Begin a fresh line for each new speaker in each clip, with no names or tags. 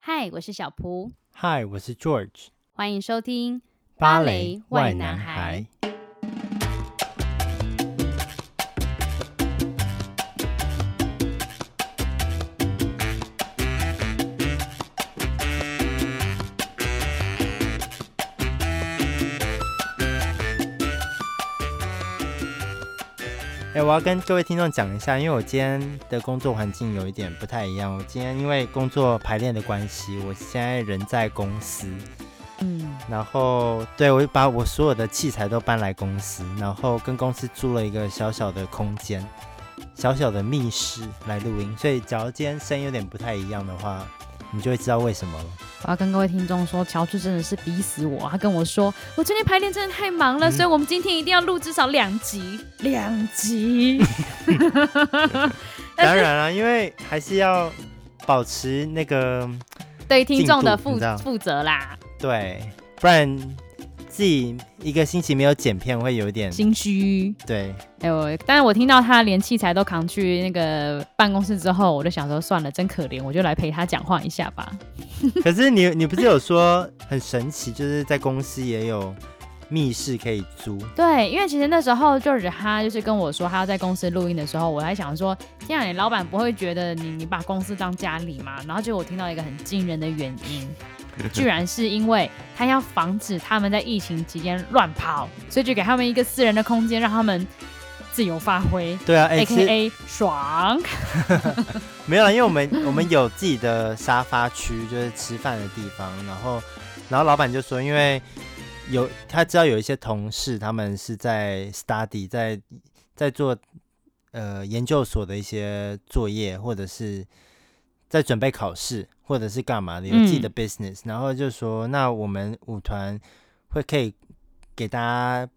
嗨，我是小蒲，
嗨，我是 George，
欢迎收听《
芭
蕾
蕾
外
外
男
男
孩
孩。哎、我要跟各位听众讲一下，因为我今天的工作环境有一点不太一样。我今天因为工作排练的关系，我现在人在公司，
嗯，
然后对我就把我所有的器材都搬来公司，然后跟公司租了一个小小的空间，小小的密室来录音。所以，假如今天声音有点不太一样的话，你就会知道为什么了。
我要跟各位听众说，乔治真的是逼死我。他跟我说，我最近排练真的太忙了，
嗯
所以我们今天一定要录至少两集，两集。但
当
是
然了，因为还是要保持那个
对听众的
进度
负
你知道
负责啦，
对，不然自己一个星期没有剪片会有点
心虚。
对。
哎呦，但是我听到他连器材都扛去那个办公室之后，我就想说算了，真可怜，我就来陪他讲话一下吧。
可是你你不是有说很神奇，就是在公司也有密室可以租？
对，因为其实那时候就是他就是跟我说他要在公司录音的时候，我还想说，天啊，你老板不会觉得你你把公司当家里吗？然后结果我听到一个很惊人的原因， 居然是因为他要防止他们在疫情期间乱跑，所以就给他们一个私人的空间，让他们自由发挥。
对啊，哎、
A
其
K
实哦
A 爽，
没有啦，因为我们 我们有自己的沙发区，就是吃饭的地方。然后，然后老板就说，因为有他知道有一些同事他们是在 study，在在做呃研究所的一些作业，或者是在准备考试，或者是干嘛的，有自己的 business、然后就说，那我们舞团会可以给大家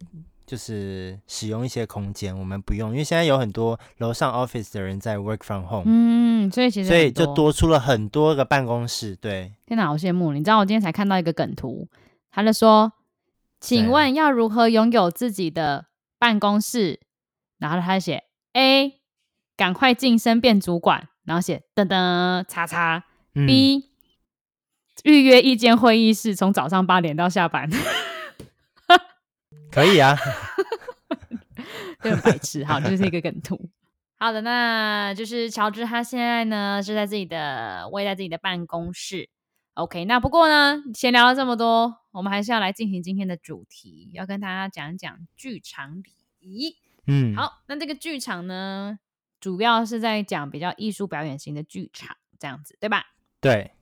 就是使用一些空间，我们不用，因为现在有很多楼上 office 的人在 work from home。
嗯，所以其实
所以
很
就多出了很多个办公室，对，
天哪，好羡慕！你知道我今天才看到一个梗图，他就说：“请问要如何拥有自己的办公室？”然后他就写 A，赶快晋升变主管，然后写噔噔叉叉
嗯
B，、预约一间会议室，从早上八点到下班，
可 以啊，
就很白痴。好，就是一个梗图。好的，那就是乔治他现在呢是在自己的，我也在自己的办公室。OK，那不过呢，闲聊了这么多，我们还是要来进行今天的主题，要跟大家讲一讲剧场礼仪。
嗯，，
好，那这个剧场呢，主要是在讲比较艺术表演型的剧场，这样子对吧？
对，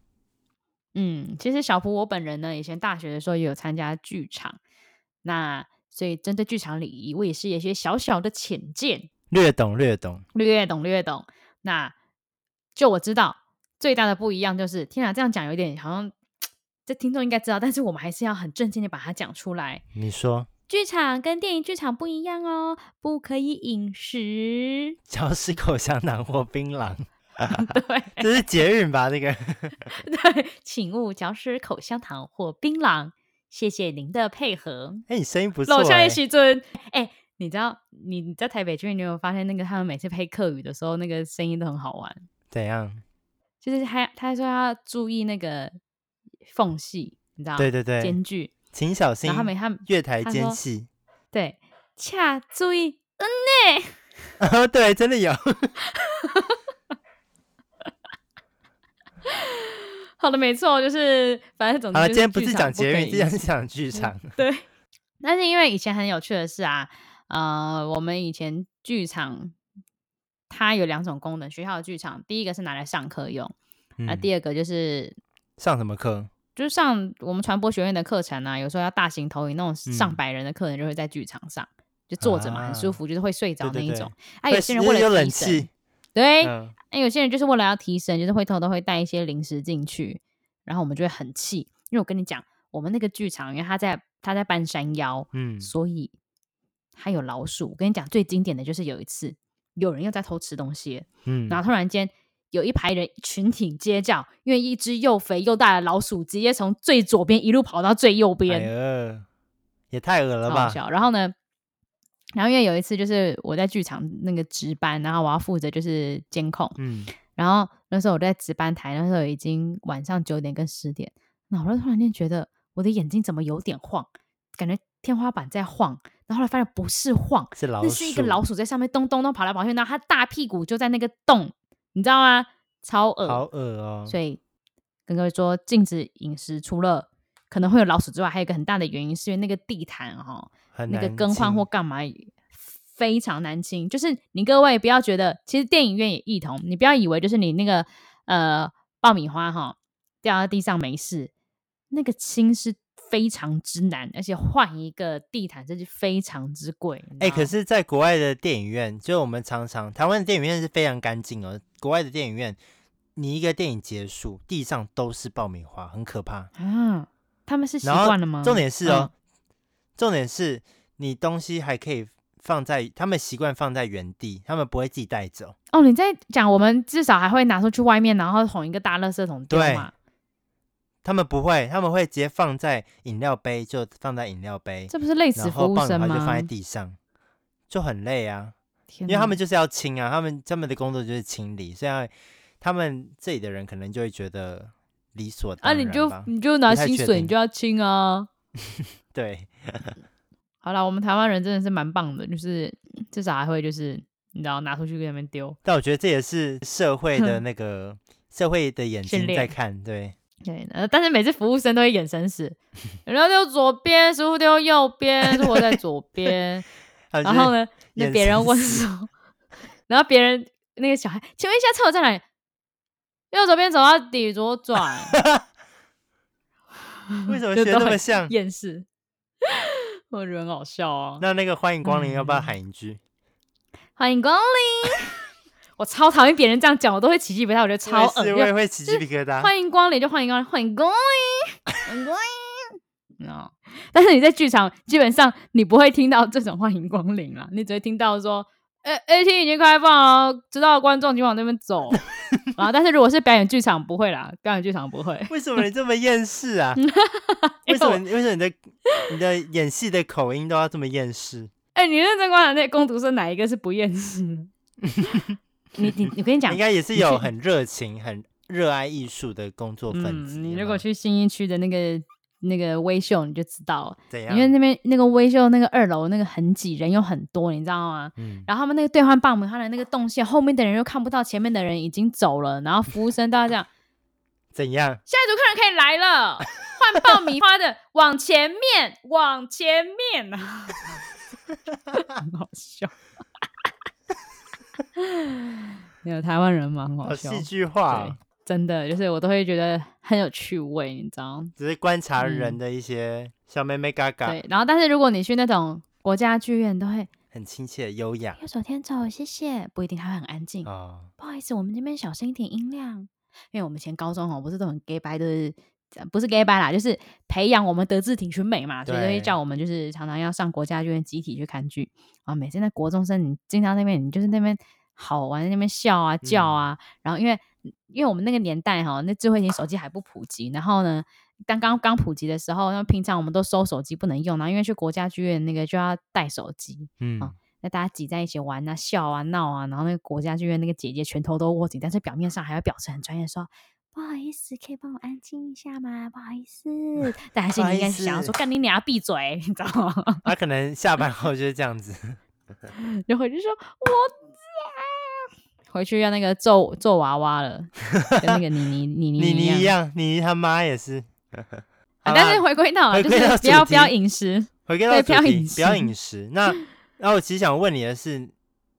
嗯，其实小蒲我本人呢，以前大学的时候也有参加剧场，那所以针对剧场礼仪，我也是有一些小小的浅见。
略懂略懂，
略懂略懂。那就我知道最大的不一样就是，天啊，这样讲有点好像这听众应该知道，但是我们还是要很正经的把它讲出来。
你说
剧场跟电影剧场不一样哦，不可以饮食。
嚼食口香糖或槟榔，
对
这是捷运吧？这个
对，请勿嚼食口香糖或槟榔。谢谢您的配合。
哎、你声音不错、
楼下
哎
的时阵，哎、你知道你你在台北剧，你有没有发现那个他们每次配客语的时候，那个声音都很好玩。
怎样？
就是他他说他要注意那个缝隙，你知道吗？
对对对
间，距。
请小心
然后他们他们
月台
他
间
说
隙，
对恰注意，
对，真的有，
好的，没错，就是反正总之
好了，
就
今天不
剧
是
场
讲
可
捷运，
以
今天是讲剧场，
对。但是因为以前很有趣的是啊，呃，我们以前剧场它有两种功能，学校的剧场，第一个是拿来上课用，那、
嗯，
啊第二个就是
上什么课？
就是上我们传播学院的课程啊，有时候要大型投影那种上
嗯
百人的课程，就会在剧场上，就坐着嘛，很舒
啊
服，就是会睡着那
对对
一
对
种。啊，有
会
些人
是
为
有
了
冷
提神哎
气，，
对，
嗯，
那有些人就是为了要提神，就是会偷偷会带一些零食进去，然后我们就会很气，因为我跟你讲，我们那个剧场，因为他在他在半山腰，
嗯
所以他有老鼠。我跟你讲，最经典的就是有一次，有人又在偷吃东西了，
嗯，
然后突然间有一排人群体尖叫，因为一只又肥又大的老鼠直接从最左边一路跑到最右边，
哎呀，也太恶了
超好
吧？
笑。然后呢，然后因为有一次就是我在剧场那个值班，然后我要负责就是监控，
嗯，
然后那时候我在值班台，那时候已经晚上九点跟十点，然后我就突然间觉得我的眼睛怎么有点晃，感觉天花板在晃，然后后来发现不是晃，
是老
那
鼠，
是一个老鼠在上面咚咚咚跑来跑去，然后它大屁股就在那个洞，你知道吗？超恶
好恶哦、
所以跟各位说，禁止饮食除了可能会有老鼠之外，还有一个很大的原因是因为那个地毯哦，
很
那
难
个更换
清
或干嘛非常难清。就是你各位不要觉得，其实电影院也异同，你不要以为就是你那个呃爆米花哈掉到地上没事，那个清是。非常之难，而且换一个地毯这是非常之贵。你知
哎、
道
可
吗
是，在国外的电影院，就我们常常台湾的电影院是非常干净哦，国外的电影院，你一个电影结束，地上都是爆米花，很可怕。
啊，他们是习
然后
惯了吗？嗯
重点是哦，重点是你东西还可以放在，他们习惯放在原地，他们不会自己带走。
哦，你在讲我们至少还会拿出去外面，然后捅一个大垃圾桶丢
对
嘛？
他们不会，他们会直接放在饮料杯，就放在饮料杯，
这不是累死
然
服
后
务
爆米
生
花就放
吗
在？地上，就很累啊。
因
因为他们就是要清啊，他们他们的工作就是清理，所以他们这里的人可能就会觉得理所
啊，
当
你
然
就
吧。
你就拿
不太
薪
确
水，你
定
就要清啊。
对，
好了，我们台湾人真的是蛮棒的，就是至少还会就是你知道拿出去给他们丢。
但我觉得这也是社会的那个社会的眼
训
睛在
练
看，对，
对，呃，但是每次服务生都会眼神死，然后丢左边，食物丢右边，是我在左边。
然
然后呢，那
眼
别人
神
问
死
说，然后别人那个小孩，请问一下厕所在哪里？右手边走到底， 左转，
为什么
就
学
都
那么
很
像？
厌世， 我觉得很好笑啊。
那那个欢迎光临，要不要
嗯
喊一句？
欢迎光临， 我超讨厌别人这样讲，我都会起鸡皮疙瘩，我觉得
我
超
也
恶
是
心。
我也
就
会起鸡皮疙瘩。
欢迎光临就欢迎光临，欢迎光临，欢 迎光临。哦，但是你在剧场基本上你不会听到这种欢迎光临啦，你只会听到说，呃，A T 已经开放了，知道的观众请往那边走。 啊，但是如果是表演剧场不会啦，表演剧场不会，
为什么你这么厌 世啊？为什么？为什么你的你的演戏的口音都要这么厌世？
哎、你认真观察那些工读生哪一个是不厌 世？你你我跟你讲
应，该也是
你
有
去
很热情、很热爱艺术的工作分子。
嗯，你
有
如
没
果
有
去新一区的那个那个微秀，你就知道了，
怎样，
因为那边那个微秀那个二楼那个很挤，人又很多，你知道吗？
嗯，
然后他们那个兑换棒，他的那个动线，后面的人又看不到，前面的人已经走了，然后服务生都要这样，
怎样？
下一组客人可以来了，换爆米花的往前面，往前面啊，很好笑。 没有台湾人蛮好
好
笑，
哦戏剧化
对
哦，
真的就是我都会觉得很有趣味，你知道？
只是观察人
嗯
的一些小妹妹嘎嘎，
对，然后但是如果你去那种国家剧院，都会
很亲切、优雅
右手天走，谢谢，不一定还会很安静。
哦。
不好意思，我们这边小声一点音量，因为我们以前高中哦，不是都很 gay 白的。呃不是 gay 白啦，就是培养我们德智体群美嘛，所以都会
对
叫我们就是常常要上国家剧院集体去看剧啊。每次那国中生，你进到那边，你就是那边好玩，那边笑啊叫啊。然后因为因为我们那个年代哈，那智慧型手机还不普及，然后呢，当刚刚普及的时候，那平常我们都收手机不能用，然后因为去国家剧院那个就要带手机，
嗯
哦，那大家挤在一起玩啊、笑啊、闹啊，然后那个国家剧院那个姐姐拳头都握紧，但是表面上还要表示很专业说。不好意思，可以帮我安静一下吗？不好意思， 但她心里应该是想要说
不好意思
干你娘闭嘴， 你知道吗？
他啊可能下班后就是这 样子，
然后我就说 我啊， 回去要那个揍揍娃娃了，跟那个妮妮妮
妮
妮
妮
样。
一样，妮妮他妈 也是。
啊
好
但是
啦
回归到
啊回
就
归到
是不
主
要不要
题
饮食，
回归
对
到
不要
主题
饮，
不要
食
饮食。那那我其实想问你的是，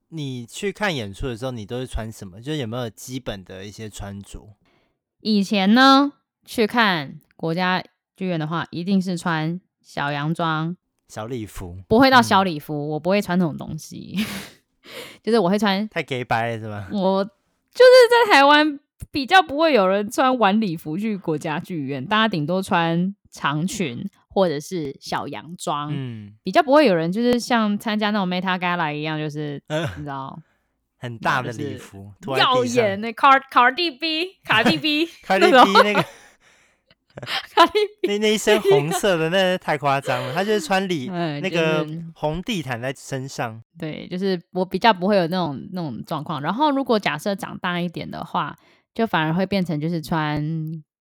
你去看演出的时候，你都是穿什么？就是有没有基本的一些穿着？
以前呢去看国家剧院的话，一定是穿小洋装，
小礼服
不会到
嗯
小礼服，我不会穿那种东西， 就是我会穿，
太 gay 白了是吗？
我就是在台湾比较不会有人穿晚礼服去国家剧院，大家顶多穿长裙或者是小洋装，
嗯，
比较不会有人就是像参加那种 Meta Gala 一样，就是、
呃
你知道
很大
就
的礼
是
服，涂在
耀
地上
眼的卡卡地 B 卡地 B
卡 莉
那种
比那个
卡利比
那那一身红色的那太夸张了，他就是 穿里
嗯，
那
就是
个红地毯在身上，
对，就是我比较不会有那种那种状况。然后如果假设长大一点的话，就反而会变成就是穿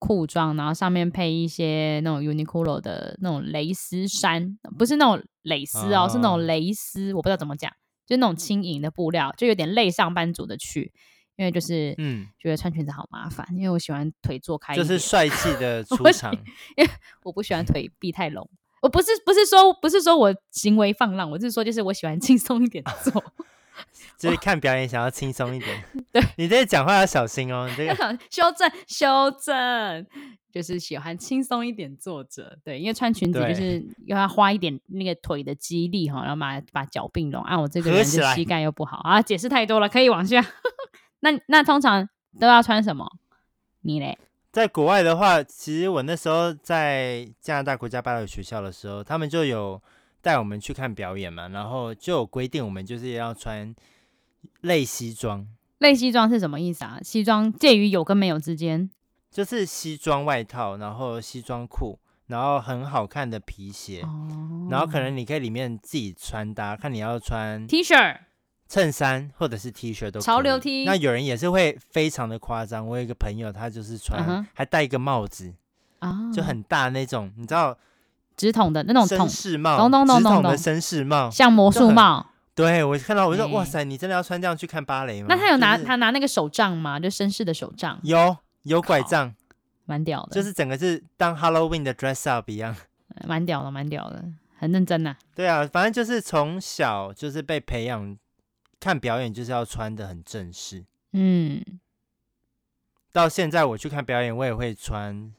裤装，然后上面配一些那种 Uniqlo 的那种蕾丝衫，不是那种蕾丝哦，是那
哦
种蕾丝，我不知道怎么讲，就是那种轻盈的布料，就有点累上班族的去，因为就是
嗯，
觉得穿裙子好麻烦，因为我喜欢腿坐开一
就
点，
是帅气的出场。
我不喜欢腿臂太隆。我不是不是说不是说我行为放浪，我是说就是我喜欢轻松一点 做。
就是看表演想要轻松一点。
对，
你这讲话要小心哦。你这
要
个
想修正修正，就是喜欢轻松一点坐着，对，因为穿裙子就
对
是要花一点那个腿的肌力哈，然后把把脚并拢。啊按、我这个
合
人
起
就
来
膝盖又不好啊，解释太多了，可以往下。 那那通常都要穿什么？你嘞？
在国外的话，其实我那时候在加拿大国家芭蕾学校的时候，他们就有带我们去看表演嘛，然后就有规定我们就是要穿类西装，
类西装是什么意思啊？西装介于有跟没有之间。
就是西装外套，然后西装裤，然后很好看的皮鞋。
哦，
然后可能你可以里面自己穿搭，看你要穿
T 恤，
衬衫或者是 T 恤都可
潮流
以
T
那有人也是会非常的夸张，我有一个朋友，他就是穿、
嗯哼
还戴一个帽子，
啊，
就很大那种，你知道
直筒的那种筒
绅，士帽，
懂懂懂
直筒
懂
的
懂
绅士帽。
像魔
就
术
很
帽。
对我看到我就说
哎
哇塞，你真的要穿这样去看芭蕾吗？
那他有拿、
就是
他拿那个手杖吗？就绅士的手杖，
有有拐
靠
杖，
蛮屌的，
就是整个是当 Halloween 的 dress up 一样。
蛮屌的，蛮屌的，很认真呐、
对啊，反正就是从小就是被培养看表演就是要穿的很正式。
嗯，
到现在我去看表演，我也会穿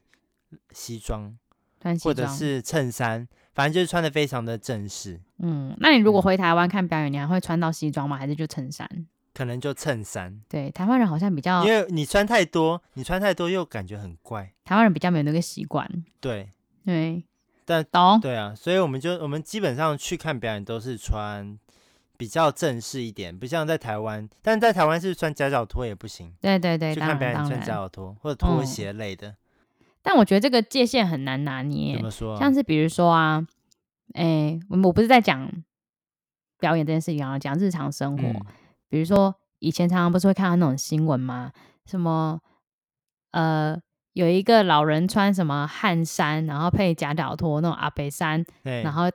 西装
穿西
或者
装。
是衬衫，反正就是穿的非常的正式，
嗯，那你如果
嗯
回台湾看表演，你还会穿到西装吗？还是就衬衫？
可能就衬衫，
对，台湾人好像比较
因，为你穿太多，你穿太多又感觉很怪。
台湾人比较没有那个习惯。
对
对，
但
懂。
对啊，所以我们就我们基本上去看表演都是穿比较正式一点，不像在台湾，但在台湾是穿夹脚拖也不行，
对对对，
去
当然
看表演
当
穿夹
然。
脚拖或者拖
嗯
鞋类的，
但我觉得这个界限很难拿捏
怎，么说啊？
像是比如说啊，哎，我我不是在讲表演这件事情啊，讲日常生活。
嗯
比如说以前常常不是会看到那种新闻吗？什么呃，有一个老人穿什么汗衫，然后配夹脚拖那种阿北衫，
对，
然后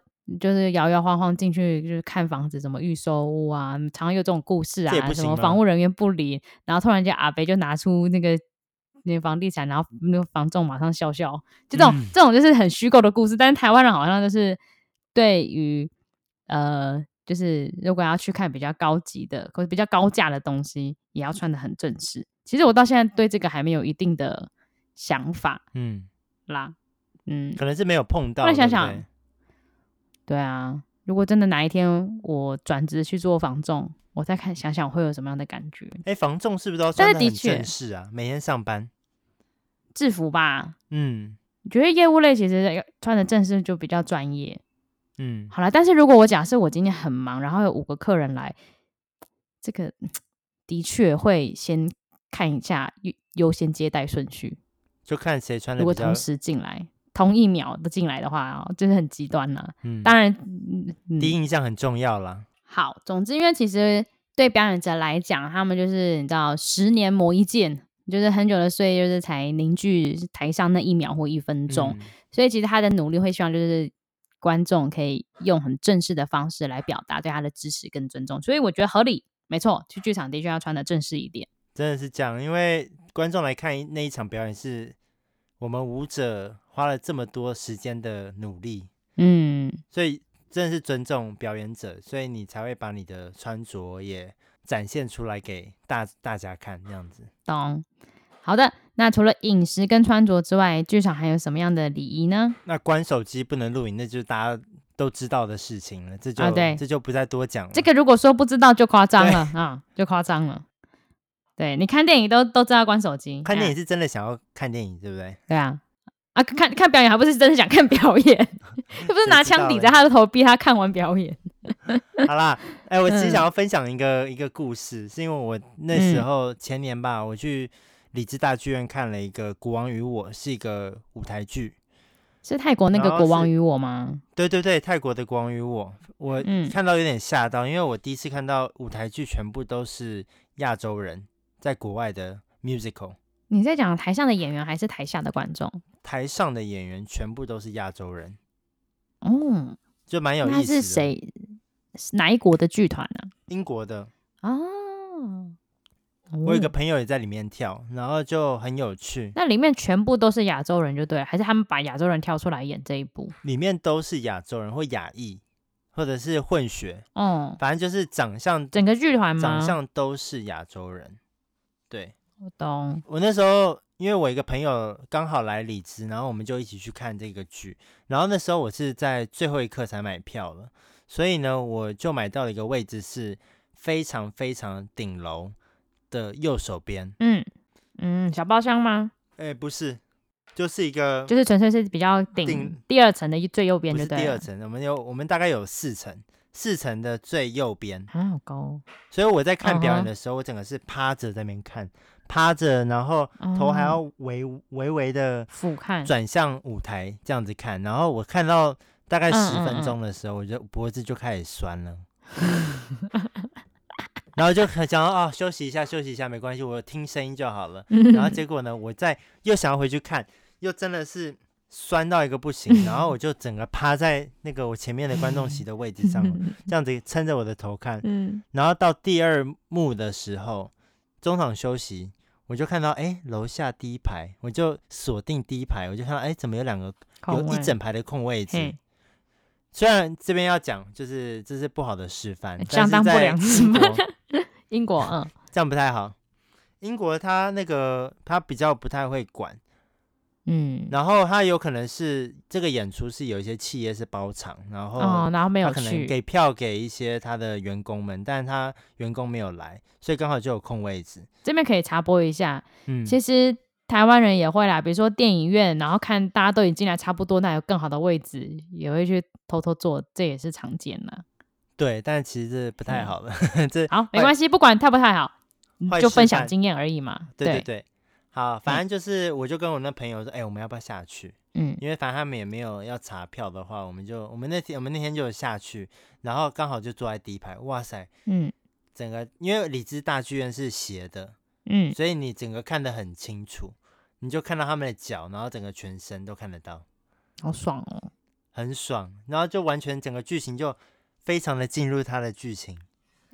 就是摇摇晃晃进去就是看房子，什么预售屋啊，常常有这种故事
这也
啊，
不
什
行
么
吗
房务人员不理，然后突然间阿北就拿出那个。那个房地产，然后那个房仲马上笑笑，就这种、
嗯
这种就是很虚构的故事，但是台湾人好像就是对于呃，就是如果要去看比较高级的或者比较高价的东西，也要穿的很正式。其实我到现在对这个还没有一定的想法
嗯，
啦。嗯，
可能是没有碰到，
来想
对不
想
对
对啊，如果真的哪一天我转职去做房仲，我再看想想我会有什么样的感觉。
哎，房仲是不是都要
但是
穿的
的
很
确
正式啊？每天上班，
制服吧，
嗯
我觉得业务类其实要穿的正式就比较专业。
嗯，
好了，但是如果我假设我今天很忙，然后有五个客人来，这个的确会先看一下优优先接待顺序。
就看谁穿的
如果
比较
同，时进来，同一秒的进来的话、哦，就是很极端啦。
嗯，
当然，嗯嗯
第一印象很重要啦。
好，总之，因为其实对表演者来讲，他们就是你知道，十年磨一剑，就是很久的岁月，就是才凝聚台上那一秒或一分钟。
嗯
所以其实他的努力会希望就是观众可以用很正式的方式来表达对他的支持跟尊重，所以我觉得合理，没错，去剧场的确要穿的正式一点。
真的是这样，因为观众来看一那一场表演是我们舞者花了这么多时间的努力，
嗯，
所以真的是尊重表演者，所以你才会把你的穿着也展现出来给大大家看，这样子。
懂。好的，那除了饮食跟穿着之外，剧场还有什么样的礼仪呢？
那关手机不能录影，那就是大家都知道的事情了，这就、
啊对
这就不再多讲了。
这个如果说不知道就夸张了啊，就夸张了。对，你看电影都都知道关手机，
看电影
哎
是真的想要看电影，对不 对？
对啊。啊，看看表演还不是真的想看表演， 又不是拿
谁知道欸
枪抵
嘞
着他的头逼他看完表演。
好啦，哎、我其实
嗯
想要分享一个一个故事，是因为我那时
嗯
候前年吧，我去理智大剧院看了一个《国王与我》，是一个舞台剧。
是泰国那个
然后
国王
是
与我吗？
对对对，泰国的《国王与我》，我
嗯
看到有点吓到，因为我第一次看到舞台剧全部都是亚洲人在国外的 musical，
你在讲台上的演员还是台下的观众？
台上的演员全部都是亚洲人，
哦，
就蛮有
那
意思的。啊
是？谁？是哪一国的剧团呢、
英国的。
啊？
我有一个
哦
朋友也在里面跳，
嗯
然后就很有趣，
那里面全部都是亚洲人就对了，还是他们把亚洲人挑出来演这一部？
里面都是亚洲人或亚裔，或者是混血，
哦、
反正就是长相
整个剧团吗？
长相都是亚洲人。对
我懂，
我那时候，因为我一个朋友刚好来里兹，然后我们就一起去看这个剧，然后那时候我是在最后一刻才买票了，所以呢，我就买到了一个位置是非常非常顶楼的右手边，
嗯嗯，小包厢吗？
哎，不是，就是一个
就是纯粹是比较顶
顶
第二层的最右边
不
就是对
第二
了。
层，我们有我们大概有四层，四层的最右边。
啊，好高哦、
所以我在看
嗯
表演
哼
的时候我整个是趴着在那边看，趴着，然后头还要
哦
微微微的
俯瞰，
转向舞台这样子看。然后我看到大概
嗯
十
嗯
分
嗯
钟的时候，我就脖子就开始酸了。然后就很想要啊，休息一下，休息一下，没关系，我听声音就好了。 然后结果呢，我再又想要回去看，又真的是酸到一个 不行，然后我就整个趴在那个我前面的观众席的位置 上，哦这样子撑着我的头看。
嗯，
然后到第二幕的时候，中场休息，我就看到哎，楼下第一排，我就锁定第一排，我就看到哎，怎么有两个有
空
一
位
整排的空位置
嘿。
虽然这边要讲，就是这是不好的示范，但
相
是
当不
在
良示
英国
英国，嗯，
这样不太好。英国它那个它比较不太会管，
嗯，
然后他有可能是这个演出是有一些企业是包场，然后
哦，然后没
他
有
可能
去，
给票给一些他的员工们，但是他员工没有来，所以刚好就有空位置。
这边可以插播一下，
嗯，
其实台湾人也会啦，比如说电影院，然后看大家都已经进来差不多，那有更好的位置，也会去偷偷坐，这也是常见的。
对，但其实这不
嗯
太好了。 这
好，没
坏
关系，不管太不太好，你
坏
就
示
分享
范
经验而已嘛。
对对对，好，反正就是我就跟我那朋友说，哎、我们要不要下去？
嗯，
因为反正他们也没有要查票的话，我们就我们那天我们那天就有下去，然后刚好就坐在第一排。哇塞，
嗯
整个因为里兹大剧院是斜的，
嗯，
所以你整个看得很清楚，你就看到他们的脚，然后整个全身都看得到，
好爽哦。
很爽。然后就完全整个剧情就非常的进入它的剧情。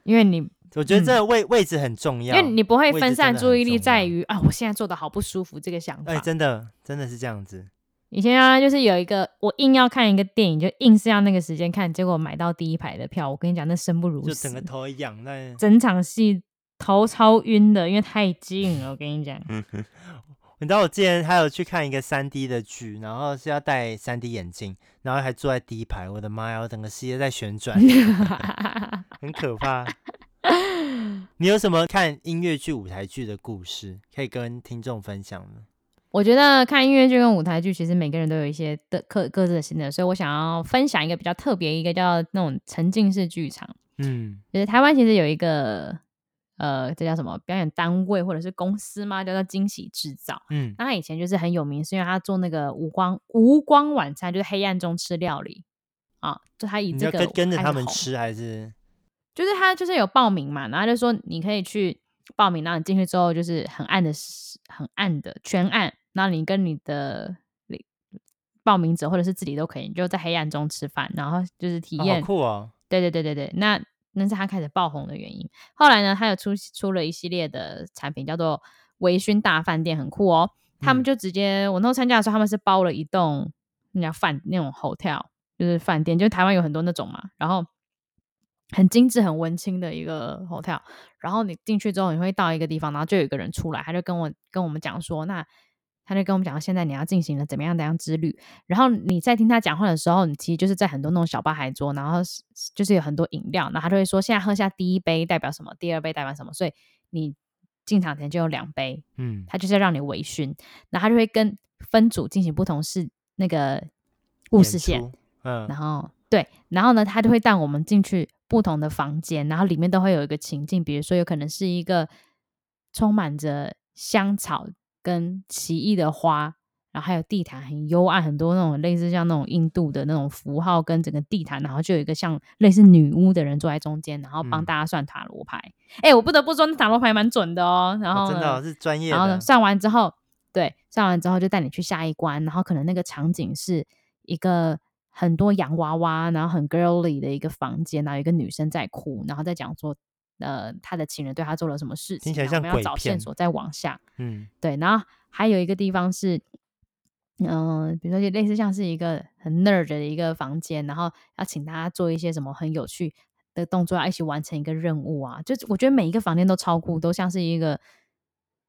因为你，
我觉得
嗯
这个位、位置很重
因
要，
为你不会
位置
分
真
散
的
注
很
意力
重
在
要
于啊，我现在做的好不舒服这个想法。
哎、真的真的是这样子。
以前啊，就是有一个我硬要看一个电影，就硬是要那个时间看，结果买到第一排的票，我跟你讲，那生不如
就
死
整，个头一仰，那
整场戏头超晕的，因为太近了。我跟你讲，
嗯你知道我之前还有去看一个三 D 的剧，然后是要戴三 D 眼镜，然后还坐在第一排，我的妈呀，我整个世界在 旋转，很可怕。你有什么看音乐剧、舞台剧的故事可以跟听众分享呢？
我觉得看音乐剧跟舞台剧，其实每个人都有一些的各各自的心得，所以我想要分享一个比较特别，一个叫那种沉浸式剧场，
嗯，
就是台湾其实有一个呃，这叫什么表演单位或者是公司吗？叫做惊喜制造。
嗯，
那他以前就是很有名，是因为他做那个无光无光晚餐，就是黑暗中吃料理啊，就他以
你
这
要
个
跟跟着
开
他
始
们
红，
吃还是？
就是他就是有报名嘛，然后他就说你可以去报名，然后你进去之后就是很暗的时，很暗的全暗，然后你跟你的你报名者或者是自己都可以，你就在黑暗中吃饭，然后就是体
哦、好
验
酷哦！
对对对对对，那那是他开始爆红的原因。后来呢，他有出出了一系列的产品，叫做微醺大饭店，很酷哦。他们
嗯
就直接，我那时候参加的时候，他们是包了一栋那叫饭那种 hotel，就是饭店，就台湾有很多那种嘛，然后很精致、很文青的一个 hotel。然后你进去之后，你会到一个地方，然后就有一个人出来，他就跟我跟我们讲说，那他就跟我们讲，现在你要进行了怎么样怎样之旅。然后你在听他讲话的时候，你其实就是在很多那种小吧台桌，然后是就是有很多饮料，然后他就会说，现在喝下第一杯代表什么，第二杯代表什么，所以你进场前就有两杯，
嗯，
他就是要让你微醺，然后他就会跟分组进行不同事那个故
演
事线，
出，嗯
然后对，然后呢，他就会带我们进去不同的房间，然后里面都会有一个情境，比如说有可能是一个充满着香草跟奇异的花，然后还有地毯很幽暗，很多那种类似像那种印度的那种符号跟整个地毯，然后就有一个像类似女巫的人坐在中间，然后帮
嗯
大家算塔罗牌。哎、我不得不说，那塔罗牌蛮准的哦。然后
哦真
呢
的哦是专业
然后呢，
的，
算完之后，对，算完之后就带你去下一关，然后可能那个场景是一个很多洋娃娃，然后很 girly 的一个房间，然后有一个女生在哭，然后再讲说，呃，她的情人对她做了什么事情，
听起来
然后我
像
们要
鬼
找
片
线索再往下，
嗯
对，然后还有一个地方是，嗯、比如说就类似像是一个很 nerd 的一个房间，然后要请大家做一些什么很有趣的动作，要一起完成一个任务啊。就是我觉得每一个房间都超酷，都像是一个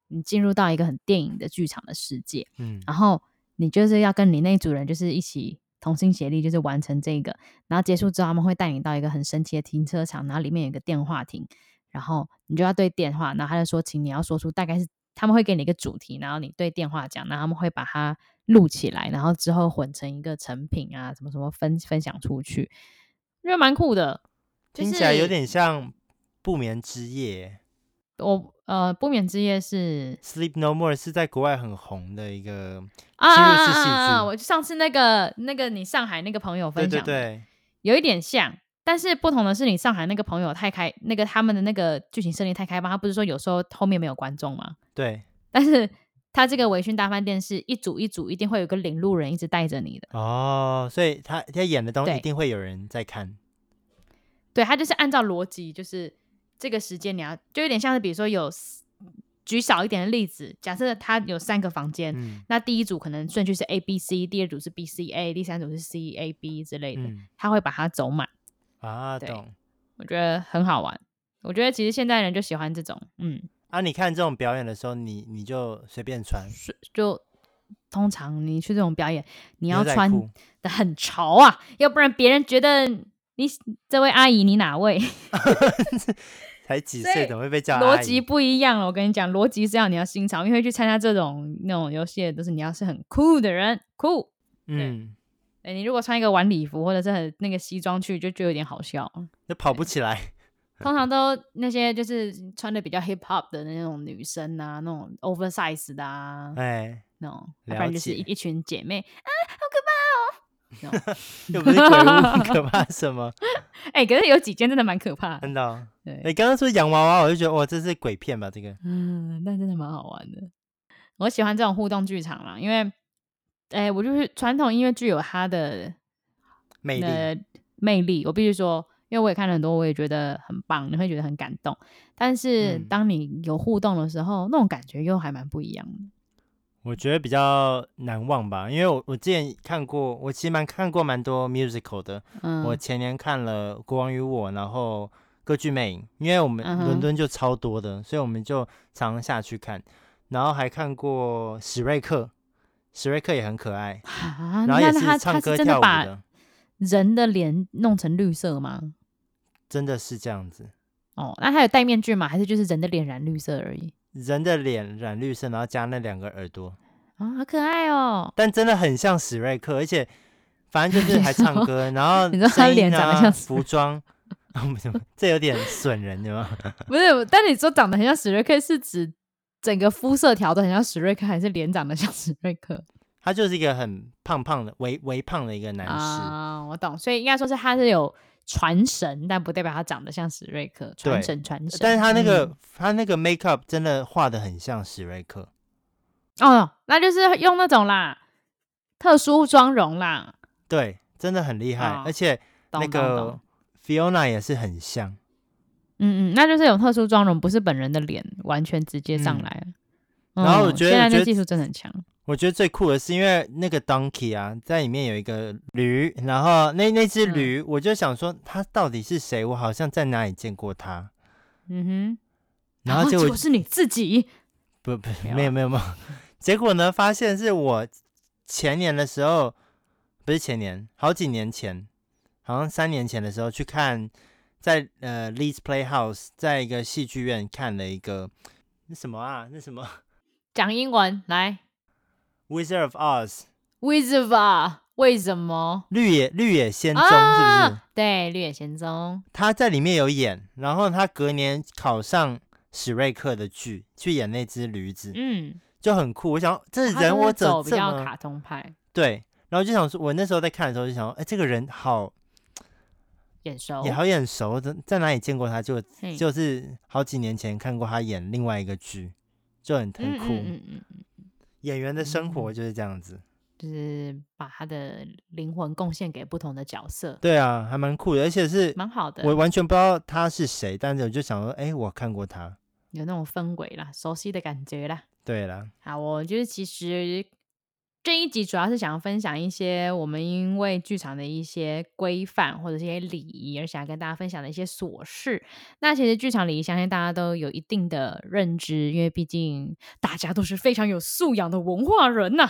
你进入到一个很电影的剧场的世界，
嗯
然后你就是要跟你那一组人就是一起。同心协力，就是完成这个。然后结束之后，他们会带你到一个很神奇的停车场，然后里面有一个电话亭，然后你就要对电话，然后他就说，请你要说出大概是他们会给你一个主题，然后你对电话讲，然后他们会把它录起来，然后之后混成一个成品啊，什么什么分分享出去，因为蛮酷的。就
听起来有
是
点像不眠之夜
我呃，不眠之夜是
，Sleep No More 是在国外很红的一个，
啊
入
啊
式戏
啊啊啊！
剧
我上次那个那个你上海那个朋友分
对
享
对
的，
对，
有一点像，但是不同的是，你上海那个朋友太开，那个他们的那个剧情设定太开放，他不是说有时候后面没有观众吗？
对
但是他这个围裙大饭店是一组一组，一定会有个领路人一直带着你的。
哦，所以他他演的东西
对
一定会有人在看，
对，他就是按照逻辑，就是这个时间你要，就有点像是比如说有举少一点的例子，假设他有三个房间，
嗯
那第一组可能顺序是 A B C，第二组是 B C A，第三组是 C A B 之类的，
嗯
他会把它走满，
啊，
对
懂
我觉得很好玩。我觉得其实现代人就喜欢这种，嗯，
啊。你看这种表演的时候，你你就随便穿，
就通常你去这种表演，你要
牛仔
穿
裤
的很潮啊，要不然别人觉得你这位阿姨你哪位？
才几
所以
岁怎么会被 叫阿
逻
姨
辑不一样了。我跟你讲，逻辑是要你要新潮，因为去参加这种那种游戏的都是你要是很酷的人，酷。
嗯，
哎，你如果穿一个晚礼服或者是很那个西装去，就就有点好笑。
就跑不 起来。
通常都那些就是穿的比较 hip hop 的那种女生啊，那种 oversize 的啊，
哎，
那种，要不然就是一
了
一群姐妹，
又不是鬼屋，可怕什么？
哎、可是有几间真的蛮可怕的。
真的哦。
对，
你刚刚说洋娃娃，我就觉得哇，这是鬼片吧？这个
嗯，但真的蛮好玩的。我喜欢这种互动剧场啦，因为，哎、我就是传统音乐剧有它的
魅力，
呃魅力，我必须说，因为我也看了很多，我也觉得很棒，你会觉得很感动。但是
嗯
当你有互动的时候，那种感觉又还蛮不一样的。
我觉得比较难忘吧，因为我我之前看过，我其实蛮看过蛮多 musical 的，
嗯，
我前年看了《国王与我》，然后《歌剧魅影》，因为我们
嗯哼
伦敦就超多的，所以我们就常常下去看。然后还看过史瑞克，史瑞克也很可爱，
啊，
然后也
那那
是
他
唱
他
歌
是真
跳
的
舞
把
的，
人的脸弄成绿色吗？
真的是这样子。
哦，那他有戴面具吗？还是就是人的脸染绿色而已？
人的脸染绿色，然后加那两个耳朵，
啊，好可爱哦！
但真的很像史瑞克，而且反正就是还唱 歌，然后
你说他
声音
脸长得
啊
像史
服装， 这有点损人，对吗？
不是，但你说长得很像史瑞克，是指整个肤色调的很像史瑞克，还是脸长得像史瑞克？
他就是一个很胖胖的、微微胖的一个男士，
啊，我懂，所以应该说是他是有传神，但不代表他长得像史瑞克，传
对
神传神。
但是他那个、
嗯
他那个 make up 真的画的很像史瑞克，
哦，那就是用那种啦，特殊妆容啦，
对，真的很厉害，
哦
而且
懂
那
懂
个
懂
Fiona 也是很像，
嗯嗯，那就是有特殊妆容，不是本人的脸完全直接上
嗯
来了。
然后我
嗯
觉得
现在
我觉
这
得
技术真的很强，
我觉得最酷的是，因为那个 Donkey 啊，在里面有一个驴，然后那那只
嗯
驴，我就想说他到底是谁？我好像在哪里见过他，
嗯哼。
然后结果
是你自己，
不不
没有
没有
啊
没有没有， 结果呢，发现是我前年的时候，不是前年，好几年前，好像三年前的时候去看，在呃 Leeds Playhouse 在一个戏剧院看了一个那什么啊，那什么
讲英文来
Wizard of Oz
，Wizard，啊为什么？
绿野绿野仙踪、
啊
是不是？
对，《绿野仙踪
他在里面有演，然后他隔年考上史瑞克的剧，去演那只驴子，
嗯，
就很酷。我想这
他
人
就是
我怎
走
么
比
这
较
么
卡通派，
对？然后就想说，我那时候在看的时候就想说，哎、这个人好
眼熟，
也好眼熟，在在哪里见过他？就
嘿
就是好几年前看过他演另外一个剧，就很很
嗯
酷。
嗯嗯嗯嗯，
演员的生活就是这样子。
就是把他的灵魂贡献给不同的角色，
对啊，还蛮酷的，而且是
蛮好的，
我完全不知道他是谁，但是我就想说，哎、我看过他。
有那种氛围啦，熟悉的感觉啦。
对啦，
好，我就是其实这一集主要是想要分享一些我们因为剧场的一些规范或者是一些礼仪，而想要跟大家分享的一些琐事。那其实剧场礼仪，相信大家都有一定的认知，因为毕竟大家都是非常有素养的文化人呐、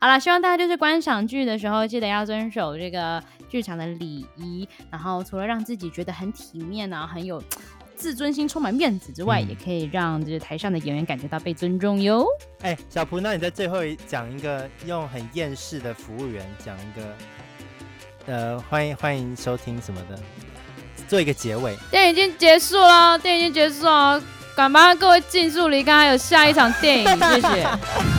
好啦，希望大家就是观赏剧的时候，记得要遵守这个剧场的礼仪，然后除了让自己觉得很体面啊，很有自尊心、充满面子之外，
嗯
也可以让就是台上的演员感觉到被尊重哟。
哎、小蒲，那你在最后一讲一个用很厌世的服务员讲一个，呃，欢迎欢迎收听什么的，做一个结尾。
电影已经结束了，电影已经结束了，赶快各位尽速离开，还有下一场电影，谢谢。